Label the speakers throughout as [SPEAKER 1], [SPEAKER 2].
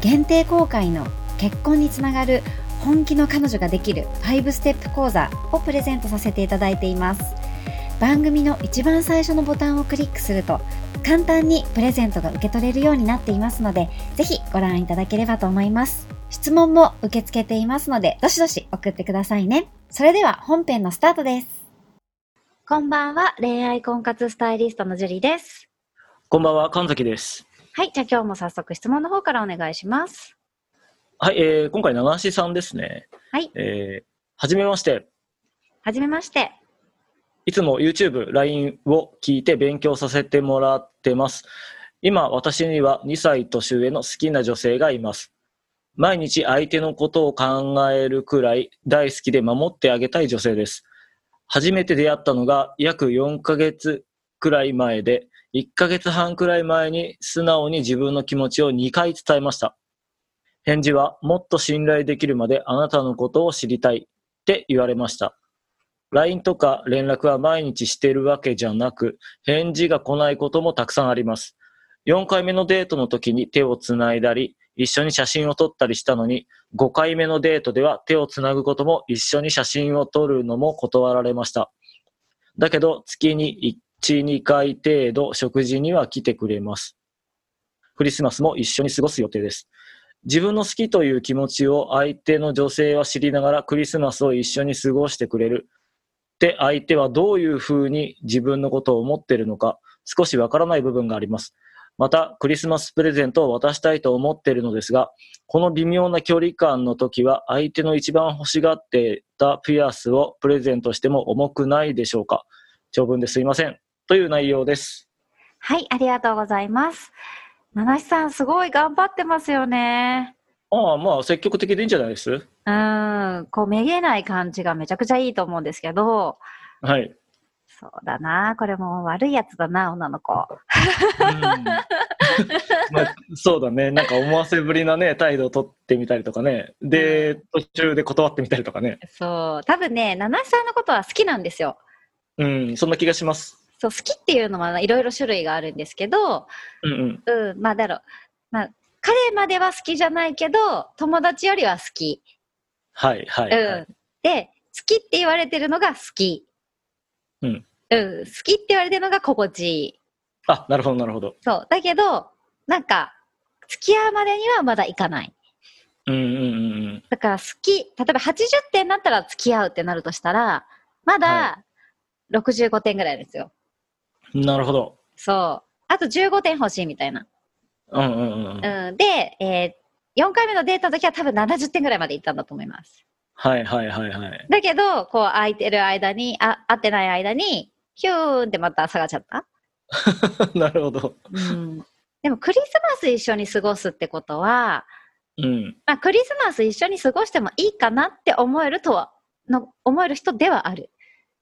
[SPEAKER 1] 限定公開の結婚につながる本気の彼女ができる5ステップ講座をプレゼントさせていただいています番組の一番最初のボタンをクリックすると簡単にプレゼントが受け取れるようになっていますのでぜひご覧いただければと思います質問も受け付けていますのでどしどし送ってくださいねそれでは本編のスタートですこんばんは恋愛婚活スタイリストのジュリです
[SPEAKER 2] こんばんは、神崎です。
[SPEAKER 1] はいじゃあ今日も早速質問の方からお願いします
[SPEAKER 2] はい、えー、今回、七しさんですね。
[SPEAKER 1] はい
[SPEAKER 2] えー、はじめまして。
[SPEAKER 1] はじめまして
[SPEAKER 2] いつも YouTube、LINE を聞いて勉強させてもらってます。今、私には2歳年上の好きな女性がいます。毎日相手のことを考えるくらい大好きで守ってあげたい女性です。初めて出会ったのが約4ヶ月くらい前で、1ヶ月半くらい前に素直に自分の気持ちを2回伝えました。返事は、もっと信頼できるまであなたのことを知りたいって言われました。LINE とか連絡は毎日してるわけじゃなく、返事が来ないこともたくさんあります。4回目のデートの時に手をつないだり、一緒に写真を撮ったりしたのに、5回目のデートでは手をつなぐことも一緒に写真を撮るのも断られました。だけど、月に1、2回程度食事には来てくれます。クリスマスも一緒に過ごす予定です。自分の好きという気持ちを相手の女性は知りながらクリスマスを一緒に過ごしてくれる。って相手はどういうふうに自分のことを思っているのか少しわからない部分があります。また、クリスマスプレゼントを渡したいと思っているのですが、この微妙な距離感の時は相手の一番欲しがっていたピアスをプレゼントしても重くないでしょうか長文ですいません。という内容です。
[SPEAKER 1] はいありがとうございます七七さんすごい頑張ってますよね
[SPEAKER 2] ああ、まあ、積極的でいいんじゃないです
[SPEAKER 1] うーんこうめげない感じがめちゃくちゃいいと思うんですけど
[SPEAKER 2] はい。
[SPEAKER 1] そうだなこれも悪いやつだな女の子
[SPEAKER 2] うんまあ、そうだね。なんか思わせぶりなね、態度を取ってみたりとかね。で、途中で断ってみたりとかね。
[SPEAKER 1] そう多分ね七七さんのことは好きなんですよ
[SPEAKER 2] うん、そんな気がします。
[SPEAKER 1] そう好きっていうのはいろいろ種類があるんですけど
[SPEAKER 2] うんうん。
[SPEAKER 1] うんまあだろうまあ彼までは好きじゃないけど友達よりは好き、
[SPEAKER 2] はいはい、は
[SPEAKER 1] うん
[SPEAKER 2] い。、
[SPEAKER 1] で好きって言われてるのが好き、
[SPEAKER 2] うん
[SPEAKER 1] うん、好きって言われてるのが心地いい
[SPEAKER 2] あ、なるほどなるほど。
[SPEAKER 1] そうだけどなんか付き合うまでにはまだいかない
[SPEAKER 2] うんうんうんうん。
[SPEAKER 1] だから好き、例えば80点だったら付き合うってなるとしたら、まだ
[SPEAKER 2] は
[SPEAKER 1] 65点ぐらいですよ。
[SPEAKER 2] なるほど。
[SPEAKER 1] そう。あと15点欲しいみたいな。
[SPEAKER 2] うんうんうん。うん、
[SPEAKER 1] うん、で、えー4回目のデートの時は多分70点ぐらいまでいったんだと思います。
[SPEAKER 2] はいはいはいはい。
[SPEAKER 1] だけど、こう空いてる間に、あ、会ってない間に、ヒューンってまた下がっちゃった。
[SPEAKER 2] なるほど。
[SPEAKER 1] うん。 でもクリスマス一緒に過ごすってことは、
[SPEAKER 2] うん。
[SPEAKER 1] まあ、クリスマス一緒に過ごしてもいいかなって思えるとは、の思える人ではある。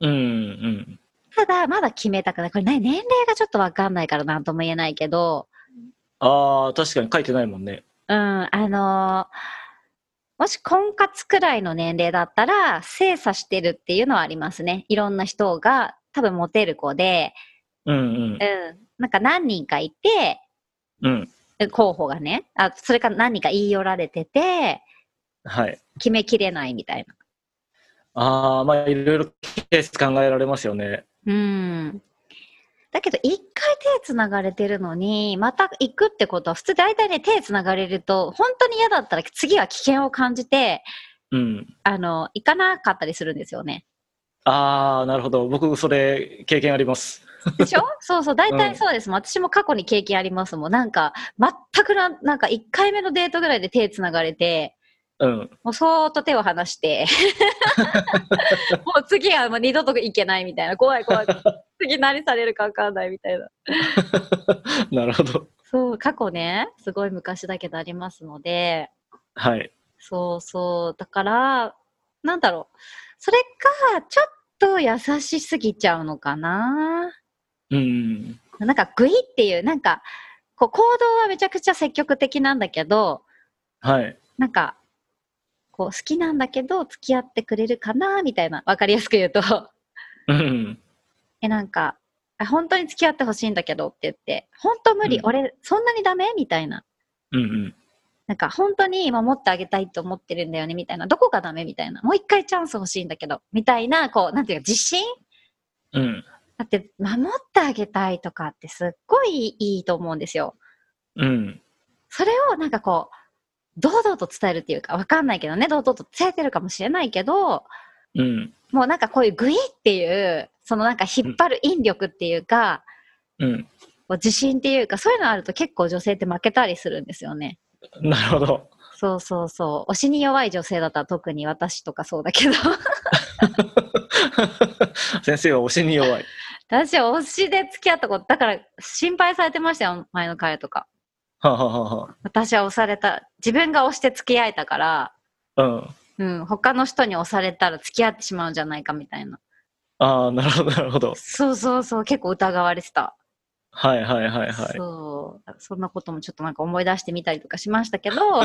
[SPEAKER 2] うんうん。
[SPEAKER 1] ただ、まだ決めたくない。これね、年齢がちょっとわかんないから何とも言えないけど、
[SPEAKER 2] ああ、確かに書いてないもんね。
[SPEAKER 1] うん、あのーもし婚活くらいの年齢だったら、精査してるっていうのはありますね。いろんな人が多分モテる子で、
[SPEAKER 2] うん
[SPEAKER 1] うん、なんか何人かいて、
[SPEAKER 2] うん。うん。
[SPEAKER 1] 候補がね、あ、それから何人か言い寄られてて、
[SPEAKER 2] はい。
[SPEAKER 1] 決めきれないみたいな。
[SPEAKER 2] ああ、まあいろいろケース考えられますよね。
[SPEAKER 1] うん。だけど、一回手つながれてるのに、また行くってことは、普通大体ね、手つながれると、本当に嫌だったら次は危険を感じて、
[SPEAKER 2] うん。
[SPEAKER 1] あの、行かなかったりするんですよね。
[SPEAKER 2] ああ、なるほど。僕、それ、経験あります。
[SPEAKER 1] で しょそうそう、大体そうですもん。私も過去に経験ありますもん。なんか、全くな、なんか1回目のデートぐらいで手繋がれて、
[SPEAKER 2] うん。
[SPEAKER 1] もうそーっと手を離 して、もう次はもう二度と行けないみたいな、怖い怖い。次何されるかわかんないみたいな。
[SPEAKER 2] なるほど。
[SPEAKER 1] そう、過去ね、すごい昔だけどありますので、
[SPEAKER 2] はい。
[SPEAKER 1] そうそう、だから、なんだろう。それか、ちょっと優しすぎちゃうのかな。
[SPEAKER 2] うん。
[SPEAKER 1] なんかグイっていう、なんか、こう行動はめちゃくちゃ積極的なんだけど、
[SPEAKER 2] はい。
[SPEAKER 1] なんか、こう好きなんだけど付き合ってくれるかなみたいな、わかりやすく言うと、
[SPEAKER 2] うん。
[SPEAKER 1] え、なんか、あ本当に付き合ってほしいんだけどって言って、本当無理、
[SPEAKER 2] うん
[SPEAKER 1] 俺そんなにダメみたいな。
[SPEAKER 2] うんうん。
[SPEAKER 1] なんか本当に守ってあげたいと思ってるんだよねみたいな。どこがダメみたいな。もう一回チャンス欲しいんだけど。みたいな、こう、なんていうか自信
[SPEAKER 2] うん。
[SPEAKER 1] だって守ってあげたいとかってすっごいいいと思うんですよ。
[SPEAKER 2] うん。
[SPEAKER 1] それをなんかこう、堂々と伝えるっていうか、わかんないけどね、堂々と伝えてるかもしれないけど、
[SPEAKER 2] うん。
[SPEAKER 1] もうなんかこういうグイっていう、そのなんか引っ張る引力っていうか、
[SPEAKER 2] うん。
[SPEAKER 1] こう自信っていうか、そういうのあると結構女性って負けたりするんですよね。
[SPEAKER 2] なるほど。
[SPEAKER 1] そうそうそう。推しに弱い女性だったら特に私とかそうだけど、
[SPEAKER 2] 先生は推しに弱い。
[SPEAKER 1] 私は推しで付き合ったこと、だから心配されてましたよ、前の彼とか。
[SPEAKER 2] はあはあは
[SPEAKER 1] 私は押された、自分が押して付き合えたから、
[SPEAKER 2] あはあ。うん。
[SPEAKER 1] うん、他の人に押されたら付き合ってしまうんじゃないかみたいな。
[SPEAKER 2] ああ、なるほど、なるほど。
[SPEAKER 1] そうそうそう、結構疑われてた。
[SPEAKER 2] はいはいはいはい。
[SPEAKER 1] そう。そんなこともちょっとなんか思い出してみたりとかしましたけど、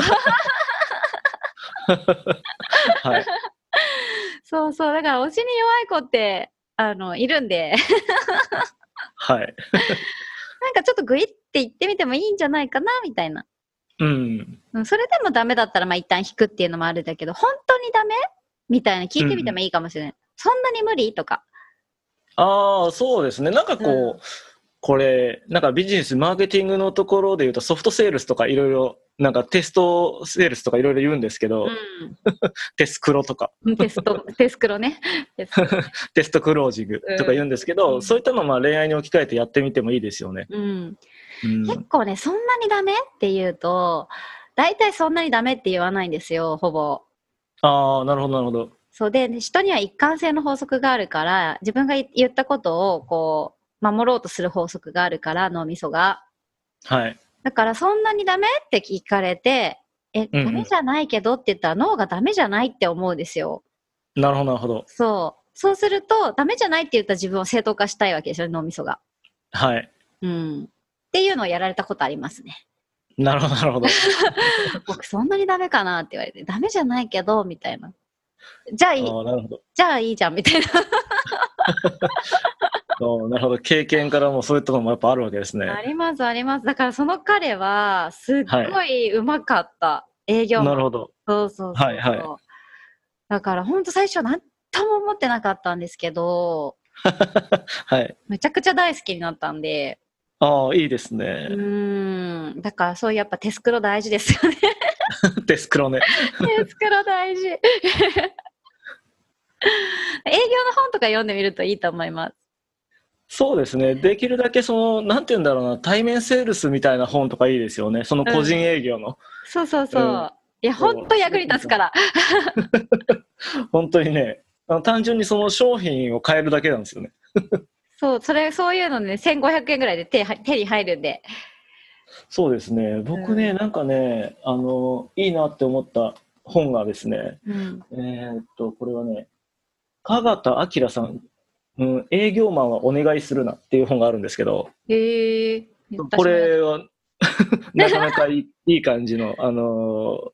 [SPEAKER 2] はい。
[SPEAKER 1] そうそう、だから推しに弱い子って、あの、いるんで、
[SPEAKER 2] は
[SPEAKER 1] な
[SPEAKER 2] い。
[SPEAKER 1] んかちょっとグイって言ってみてもいいんじゃないかな、みたいな。
[SPEAKER 2] うん。
[SPEAKER 1] うん、それでもダメだったら、まあ一旦引くっていうのもあるんだけど、本当にダメみたいな聞いてみてもいいかもしれない。そんなに無理とか。
[SPEAKER 2] ああ、そうですね。なんかこう、
[SPEAKER 1] う
[SPEAKER 2] これ、なんかビジネス、マーケティングのところで言うと、ソフトセールスとかいろいろ、なんかテストセールスとかいろいろ言うんですけど、テスクロとか、
[SPEAKER 1] うん。テス ト、テスクロね。テスクロ
[SPEAKER 2] テストクロージングとか言うんですけど、
[SPEAKER 1] うん
[SPEAKER 2] そういったのをまあ恋愛に置き換えてやってみてもいいですよね。
[SPEAKER 1] うん。
[SPEAKER 2] うん。
[SPEAKER 1] 結構ね、そんなにダメって言うと、大体そんなにダメって言わないんですよ、ほぼ。
[SPEAKER 2] ああ、なるほど、なるほど。
[SPEAKER 1] そうで、ね人には一貫性の法則があるから、自分がい言ったことをこう、守ろうとする法則があるから、脳みそが。
[SPEAKER 2] はい。
[SPEAKER 1] だから、そんなにダメって聞かれて、え、
[SPEAKER 2] うんうん
[SPEAKER 1] ダメじゃないけどって言ったら脳がダメじゃないって思うんですよ。
[SPEAKER 2] なるほど、なるほど。
[SPEAKER 1] そう。そうすると、ダメじゃないって言った自分を正当化したいわけですよね、脳みそが。
[SPEAKER 2] はい。
[SPEAKER 1] うん。っていうのをやられたことありますね。
[SPEAKER 2] なるほど、なるほど。
[SPEAKER 1] 僕そんなにダメかなって言われて、ダメじゃないけど、みたいな。じゃあいい、
[SPEAKER 2] ああ、なるほど。
[SPEAKER 1] じゃあいいじゃん、みたいな。
[SPEAKER 2] ああなるほど。経験からもそういったのもやっぱあるわけですね。
[SPEAKER 1] ありますあります。だからその彼はすっごいうまかった、営業
[SPEAKER 2] な
[SPEAKER 1] も。
[SPEAKER 2] るほど。
[SPEAKER 1] そうそうそうそう、
[SPEAKER 2] はいはい
[SPEAKER 1] だから本当最初何とも思ってなかったんですけど、
[SPEAKER 2] はい。
[SPEAKER 1] めちゃくちゃ大好きになったんで、
[SPEAKER 2] ああ、いいです
[SPEAKER 1] う
[SPEAKER 2] ね。
[SPEAKER 1] ーん。だからそういうやっぱ手スクロ大事ですよね。
[SPEAKER 2] デスクロね。
[SPEAKER 1] 手スクロ大 事。営業の本とか読んでみるといいと思います。
[SPEAKER 2] そうですね。できるだけその、なんて言うんだろうな、対面セールスみたいな本とかいいですよね。その個人営業の。
[SPEAKER 1] そうそうそう。
[SPEAKER 2] うん
[SPEAKER 1] いや、
[SPEAKER 2] そう
[SPEAKER 1] 本当役に立つから。
[SPEAKER 2] 本当にね、あの単純にその商品を変えるだけなんですよね。
[SPEAKER 1] そう、それ、そういうのね、1500円ぐらいで手は手に入るんで。
[SPEAKER 2] そうですね。僕ね、なんかね、あの、いいなって思った本がですね、
[SPEAKER 1] うん。
[SPEAKER 2] えーっと、これはね、加賀田明さん、うん、営業マンはお願いするなっていう本があるんですけど、
[SPEAKER 1] へえ。
[SPEAKER 2] これは なかなかいいいい感じの、あのー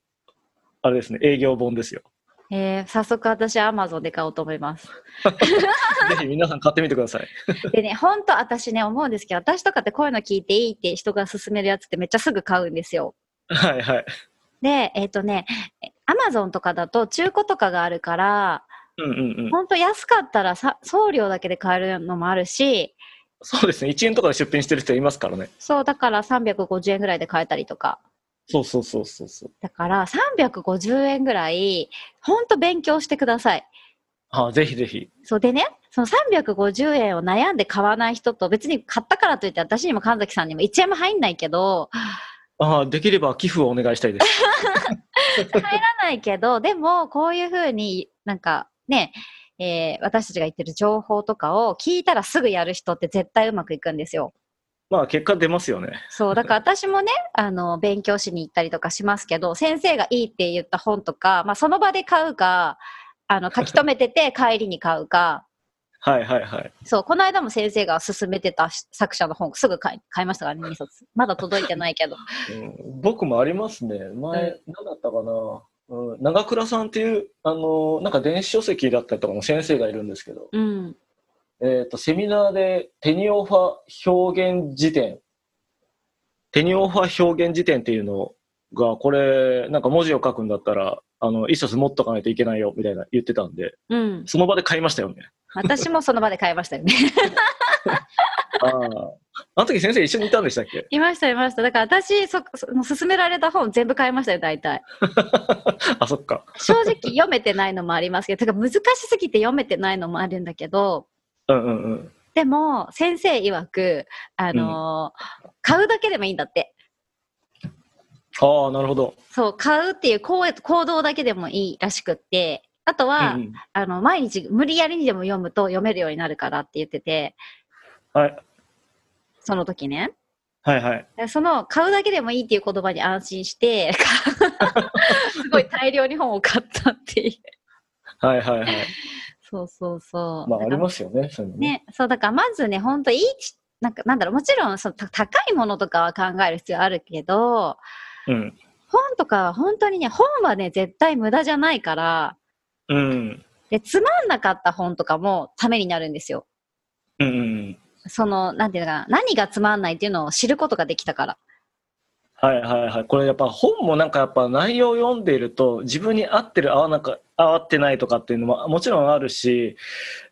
[SPEAKER 2] あれですね、営業本ですよ。
[SPEAKER 1] えー、早速私アマゾンで買おうと思います。
[SPEAKER 2] ぜひ皆さん買ってみてください。
[SPEAKER 1] でね、ほんと私ね、思うんですけど、私とかってこういうの聞いていいって人が勧めるやつってめっちゃすぐ買うんですよ。
[SPEAKER 2] はいはい。
[SPEAKER 1] で、えっ、とね、アマゾンとかだと中古とかがあるから、
[SPEAKER 2] うん うんうん。
[SPEAKER 1] ほんと安かったらさ送料だけで買えるのもあるし、
[SPEAKER 2] そうですね、1円とかで出品してる人いますからね。
[SPEAKER 1] そう、だから350円ぐらいで買えたりとか。
[SPEAKER 2] そうそうそうそうそう。
[SPEAKER 1] だから350円ぐらい、ほんと勉強してください。
[SPEAKER 2] あぜひぜひ。
[SPEAKER 1] そうでね、その350円を悩んで買わない人と、別に買ったからといって私にも神崎さんにも1円も入んないけど、
[SPEAKER 2] あできれば寄付をお願いしたいです。
[SPEAKER 1] 入らないけど、でもこういうふうになんかね、えー私たちが言ってる情報とかを聞いたらすぐやる人って絶対うまくいくんですよ。
[SPEAKER 2] まあ結果出ますよね。
[SPEAKER 1] そう、だから私もね、あの、勉強しに行ったりとかしますけど、先生がいいって言った本とか、まあその場で買うか、あ の、書き留めてて帰りに買うか、
[SPEAKER 2] はいはいはい。
[SPEAKER 1] そう、この間も先生が勧めてたし作者の本すぐ買い買いましたからね、2冊。まだ届いてないけど。
[SPEAKER 2] うん僕もありますね。前、何だったかな。うん、長倉さんっていう、あのーなんか電子書籍だったりとかの先生がいるんですけど、
[SPEAKER 1] うん。
[SPEAKER 2] えっ、と、セミナーでテニオファ表現辞典。テニオファ表現辞典っていうのが、これ、なんか文字を書くんだったら、あの、一冊持っとかないといけないよ、みたいな言ってたんで、
[SPEAKER 1] うん。
[SPEAKER 2] その場で買いましたよね。
[SPEAKER 1] 私もその場で買いましたよね。
[SPEAKER 2] ああ。あの時先生一緒にいたんでしたっけ
[SPEAKER 1] いました、いました。だから私、そ、その勧められた本全部買いましたよ、大体。
[SPEAKER 2] あ、そっか。
[SPEAKER 1] 正直読めてないのもありますけど、てか難しすぎて読めてないのもあるんだけど、
[SPEAKER 2] うんうんうん。
[SPEAKER 1] でも先生曰くあのー買うだけでもいいんだって
[SPEAKER 2] ああ、なるほど。
[SPEAKER 1] そう買うっていう行為行動だけでもいいらしくってあとは、
[SPEAKER 2] うんうん
[SPEAKER 1] あの毎日無理やりにでも読むと読めるようになるからって言ってて
[SPEAKER 2] はい、
[SPEAKER 1] その時ね
[SPEAKER 2] はいはい。
[SPEAKER 1] その買うだけでもいいっていう言葉に安心して すごい大量に本を買ったっていう
[SPEAKER 2] はいはいはい。
[SPEAKER 1] そうそうそう、
[SPEAKER 2] まあ、あ
[SPEAKER 1] だ
[SPEAKER 2] り
[SPEAKER 1] から
[SPEAKER 2] ますよね、そういうのね。
[SPEAKER 1] ね、そうだからまずね、本当いいし、なんかなんだろう、もちろんそのた高いものとかは考える必要あるけど、
[SPEAKER 2] うん。
[SPEAKER 1] 本とかは本当にね、本はね、絶対無駄じゃないから、
[SPEAKER 2] うん。
[SPEAKER 1] で、つまんなかった本とかもためになるんですよ。
[SPEAKER 2] うんうん。
[SPEAKER 1] その、なんていうのかな、何がつまんないっていうのを知ることができたから。
[SPEAKER 2] はいはいはい。これやっぱ本もなんかやっぱ内容を読んでいると自分に合ってる合わなか合ってないとかっていうのももちろんあるし、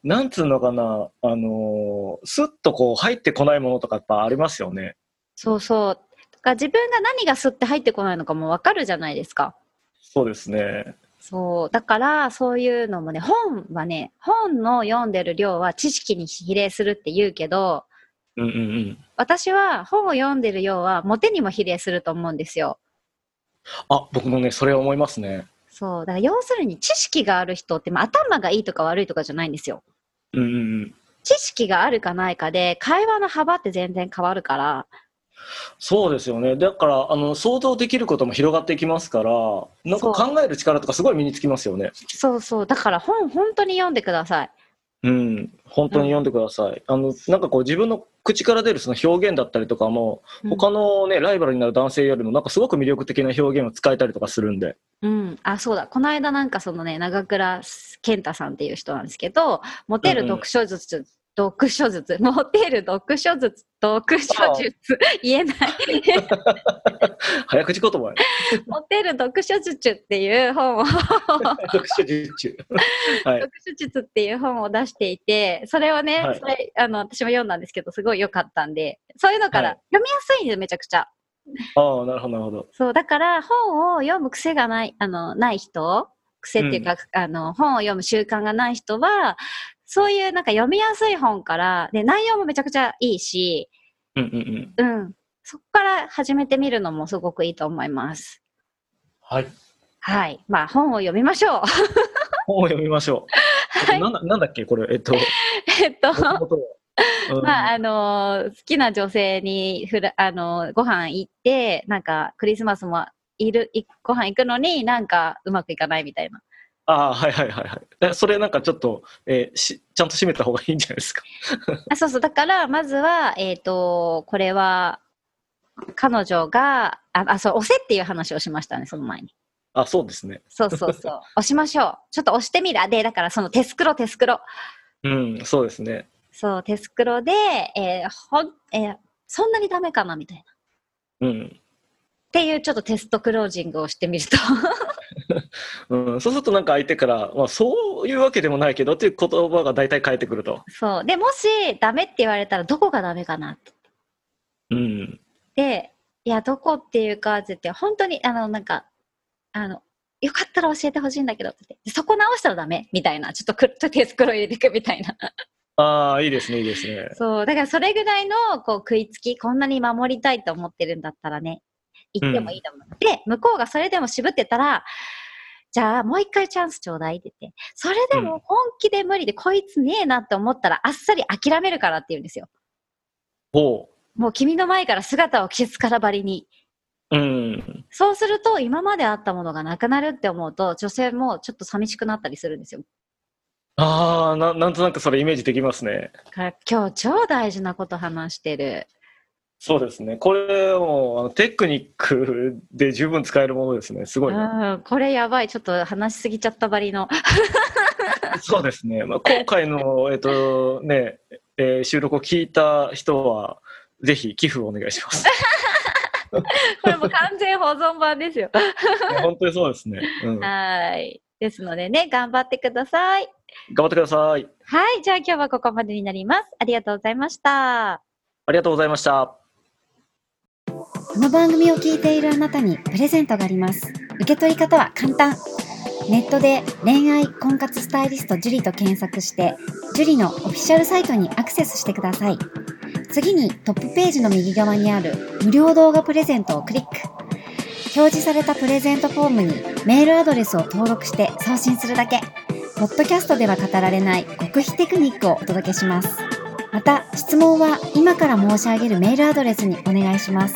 [SPEAKER 2] なんつうのかな、あのースッとこう入ってこないものとかやっぱありますよね。
[SPEAKER 1] そうそう。だから自分が何が吸って入ってこないのかもわかるじゃないですか。
[SPEAKER 2] そうですね。
[SPEAKER 1] そう。だから、そういうのもね、本はね、本の読んでる量は知識に比例するって言うけど、
[SPEAKER 2] うんうんうん。
[SPEAKER 1] 私は本を読んでる量はモテにも比例すると思うんですよ。
[SPEAKER 2] あ、僕もね、それ思いますね。
[SPEAKER 1] そう。だから要するに知識がある人って、まあ、頭がいいとか悪いとかじゃないんですよ。
[SPEAKER 2] うんうんうん。
[SPEAKER 1] 知識があるかないかで会話の幅って全然変わるから。
[SPEAKER 2] そうですよね。だから、あの、想像できることも広がっていきますから、なん
[SPEAKER 1] そ
[SPEAKER 2] か
[SPEAKER 1] う
[SPEAKER 2] 考える力とかすごい身につきますよね。
[SPEAKER 1] そうそう。だから本本当に読んでください。
[SPEAKER 2] うん、本当に読んでください。あの、なんかこう自分の口から出るその表現だったりとかも、他のね、ライバルになる男性よりもなんかすごく魅力的な表現を使えたりとかするんで。
[SPEAKER 1] うん、うん。あ、そうだ。この間なんかそのね、長倉健太さんっていう人なんですけど、モテる読書術、読書術、モテる読書術、読書術、言えない。
[SPEAKER 2] 早口言葉や。
[SPEAKER 1] モテる読書術っていう本を
[SPEAKER 2] 読書術中。はい。
[SPEAKER 1] 読書術っていう本を出していて、それをね、
[SPEAKER 2] はい
[SPEAKER 1] それあの私も読んだんですけど、すごい良かったんで、そういうのから、
[SPEAKER 2] はい
[SPEAKER 1] 読みやすいんですよ、めちゃくちゃ。
[SPEAKER 2] ああ、なるほど、なるほど。
[SPEAKER 1] そう、だから本を読む癖がない、あの、ない人、癖っていうか、あの、本を読む習慣がない人は、そういうなんか読みやすい本から、で、内容もめちゃくちゃいいし、
[SPEAKER 2] うんうんうん。
[SPEAKER 1] うん。そこから始めてみるのもすごくいいと思います。
[SPEAKER 2] はい。
[SPEAKER 1] はい。まあ、本を読みましょう。
[SPEAKER 2] 本を読みましょう。
[SPEAKER 1] はい
[SPEAKER 2] なんだなんだっけこれ、えっと、
[SPEAKER 1] えっと、
[SPEAKER 2] 元々はうん
[SPEAKER 1] まああのー好きな女性にふら、あのーご飯行ってなんかクリスマスもいるいご飯行くのになんかうまくいかないみたいな
[SPEAKER 2] ああ、はいはいはいはいえ。それなんかちょっと、えーし、ちゃんと締めた方がいいんじゃないですか。
[SPEAKER 1] あそうそうだからまずは、えっとこれは彼女がああそう押せっていう話をしましたねその前に
[SPEAKER 2] あ、そうですね。
[SPEAKER 1] そうそうそう押しましょうちょっと押してみるあでだからその手すくろ手すくろ
[SPEAKER 2] うん、そうですね。
[SPEAKER 1] そう手すくろで、えーほんえーそんなにダメかなみたいなっ
[SPEAKER 2] うん。
[SPEAKER 1] ていうちょっとテストクロージングをしてみると
[SPEAKER 2] うん、そうするとなんか相手から、まあ、そういうわけでもないけどっていう言葉が大体返ってくると。
[SPEAKER 1] そう。で、もし、ダメって言われたら、どこがダメかなって
[SPEAKER 2] うん。
[SPEAKER 1] で、いや、どこっていうか、絶対、本当に、あの、なんか、あの、よかったら教えてほしいんだけどって、そこ直したらダメみたいな、ちょっとくと手袋入れていくみたいな。
[SPEAKER 2] ああ、いいですね、いいですね。
[SPEAKER 1] そう、だからそれぐらいの、こう、食いつき、こんなに守りたいと思ってるんだったらね、行ってもいいと思う。で、向こうがそれでも渋ってたら、じゃあもう一回チャンスちょうだいって言って、それで
[SPEAKER 2] う
[SPEAKER 1] も本気で無理で、こいつねえなって思ったら、あっさり諦めるからって言うんですよ。
[SPEAKER 2] ほ
[SPEAKER 1] もう君の前から姿を消すからばりに。
[SPEAKER 2] う。うん。
[SPEAKER 1] そうすると、今まであったものがなくなるって思うと、女性もちょっと寂しくなったりするんですよ。
[SPEAKER 2] ああ、ななんとなくそれイメージできますね。
[SPEAKER 1] だから今日超大事なこと話してる。
[SPEAKER 2] そうですね。これもうあのテクニックで十分使えるものですね。すごいね。
[SPEAKER 1] うん、これやばい。ちょっと話しすぎちゃったばりの。
[SPEAKER 2] そうですね。まあ、今回の、えっとねえー収録を聞いた人は、ぜひ寄付をお願いします。
[SPEAKER 1] これもう完全保存版ですよ。
[SPEAKER 2] いや本当にそうですね。うん、頑
[SPEAKER 1] はい。ですのでね、頑張ってください。
[SPEAKER 2] 張ってください。
[SPEAKER 1] はい。じゃあ今日はここまでになります。ありがとうございました。
[SPEAKER 2] ありがとうございました。
[SPEAKER 3] この番組を聞いているあなたにプレゼントがあります。受け取り方は簡単。ネットで恋愛婚活スタイリスト樹里と検索して、樹里のオフィシャルサイトにアクセスしてください。次にトップページの右側にある無料動画プレゼントをクリック。表示されたプレゼントフォームにメールアドレスを登録して送信するだけ。ポッドキャストでは語られない極秘テクニックをお届けします。また、質問は今から申し上げるメールアドレスにお願いします。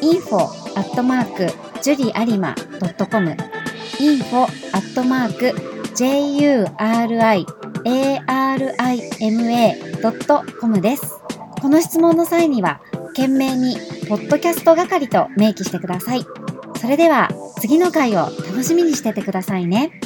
[SPEAKER 3] info アットマーク juriarima.com info アットマーク juriarima.com です。この質問の際には、懸命に、ポッドキャスト係と明記してください。それでは、次の回を楽しみにしててくださいね。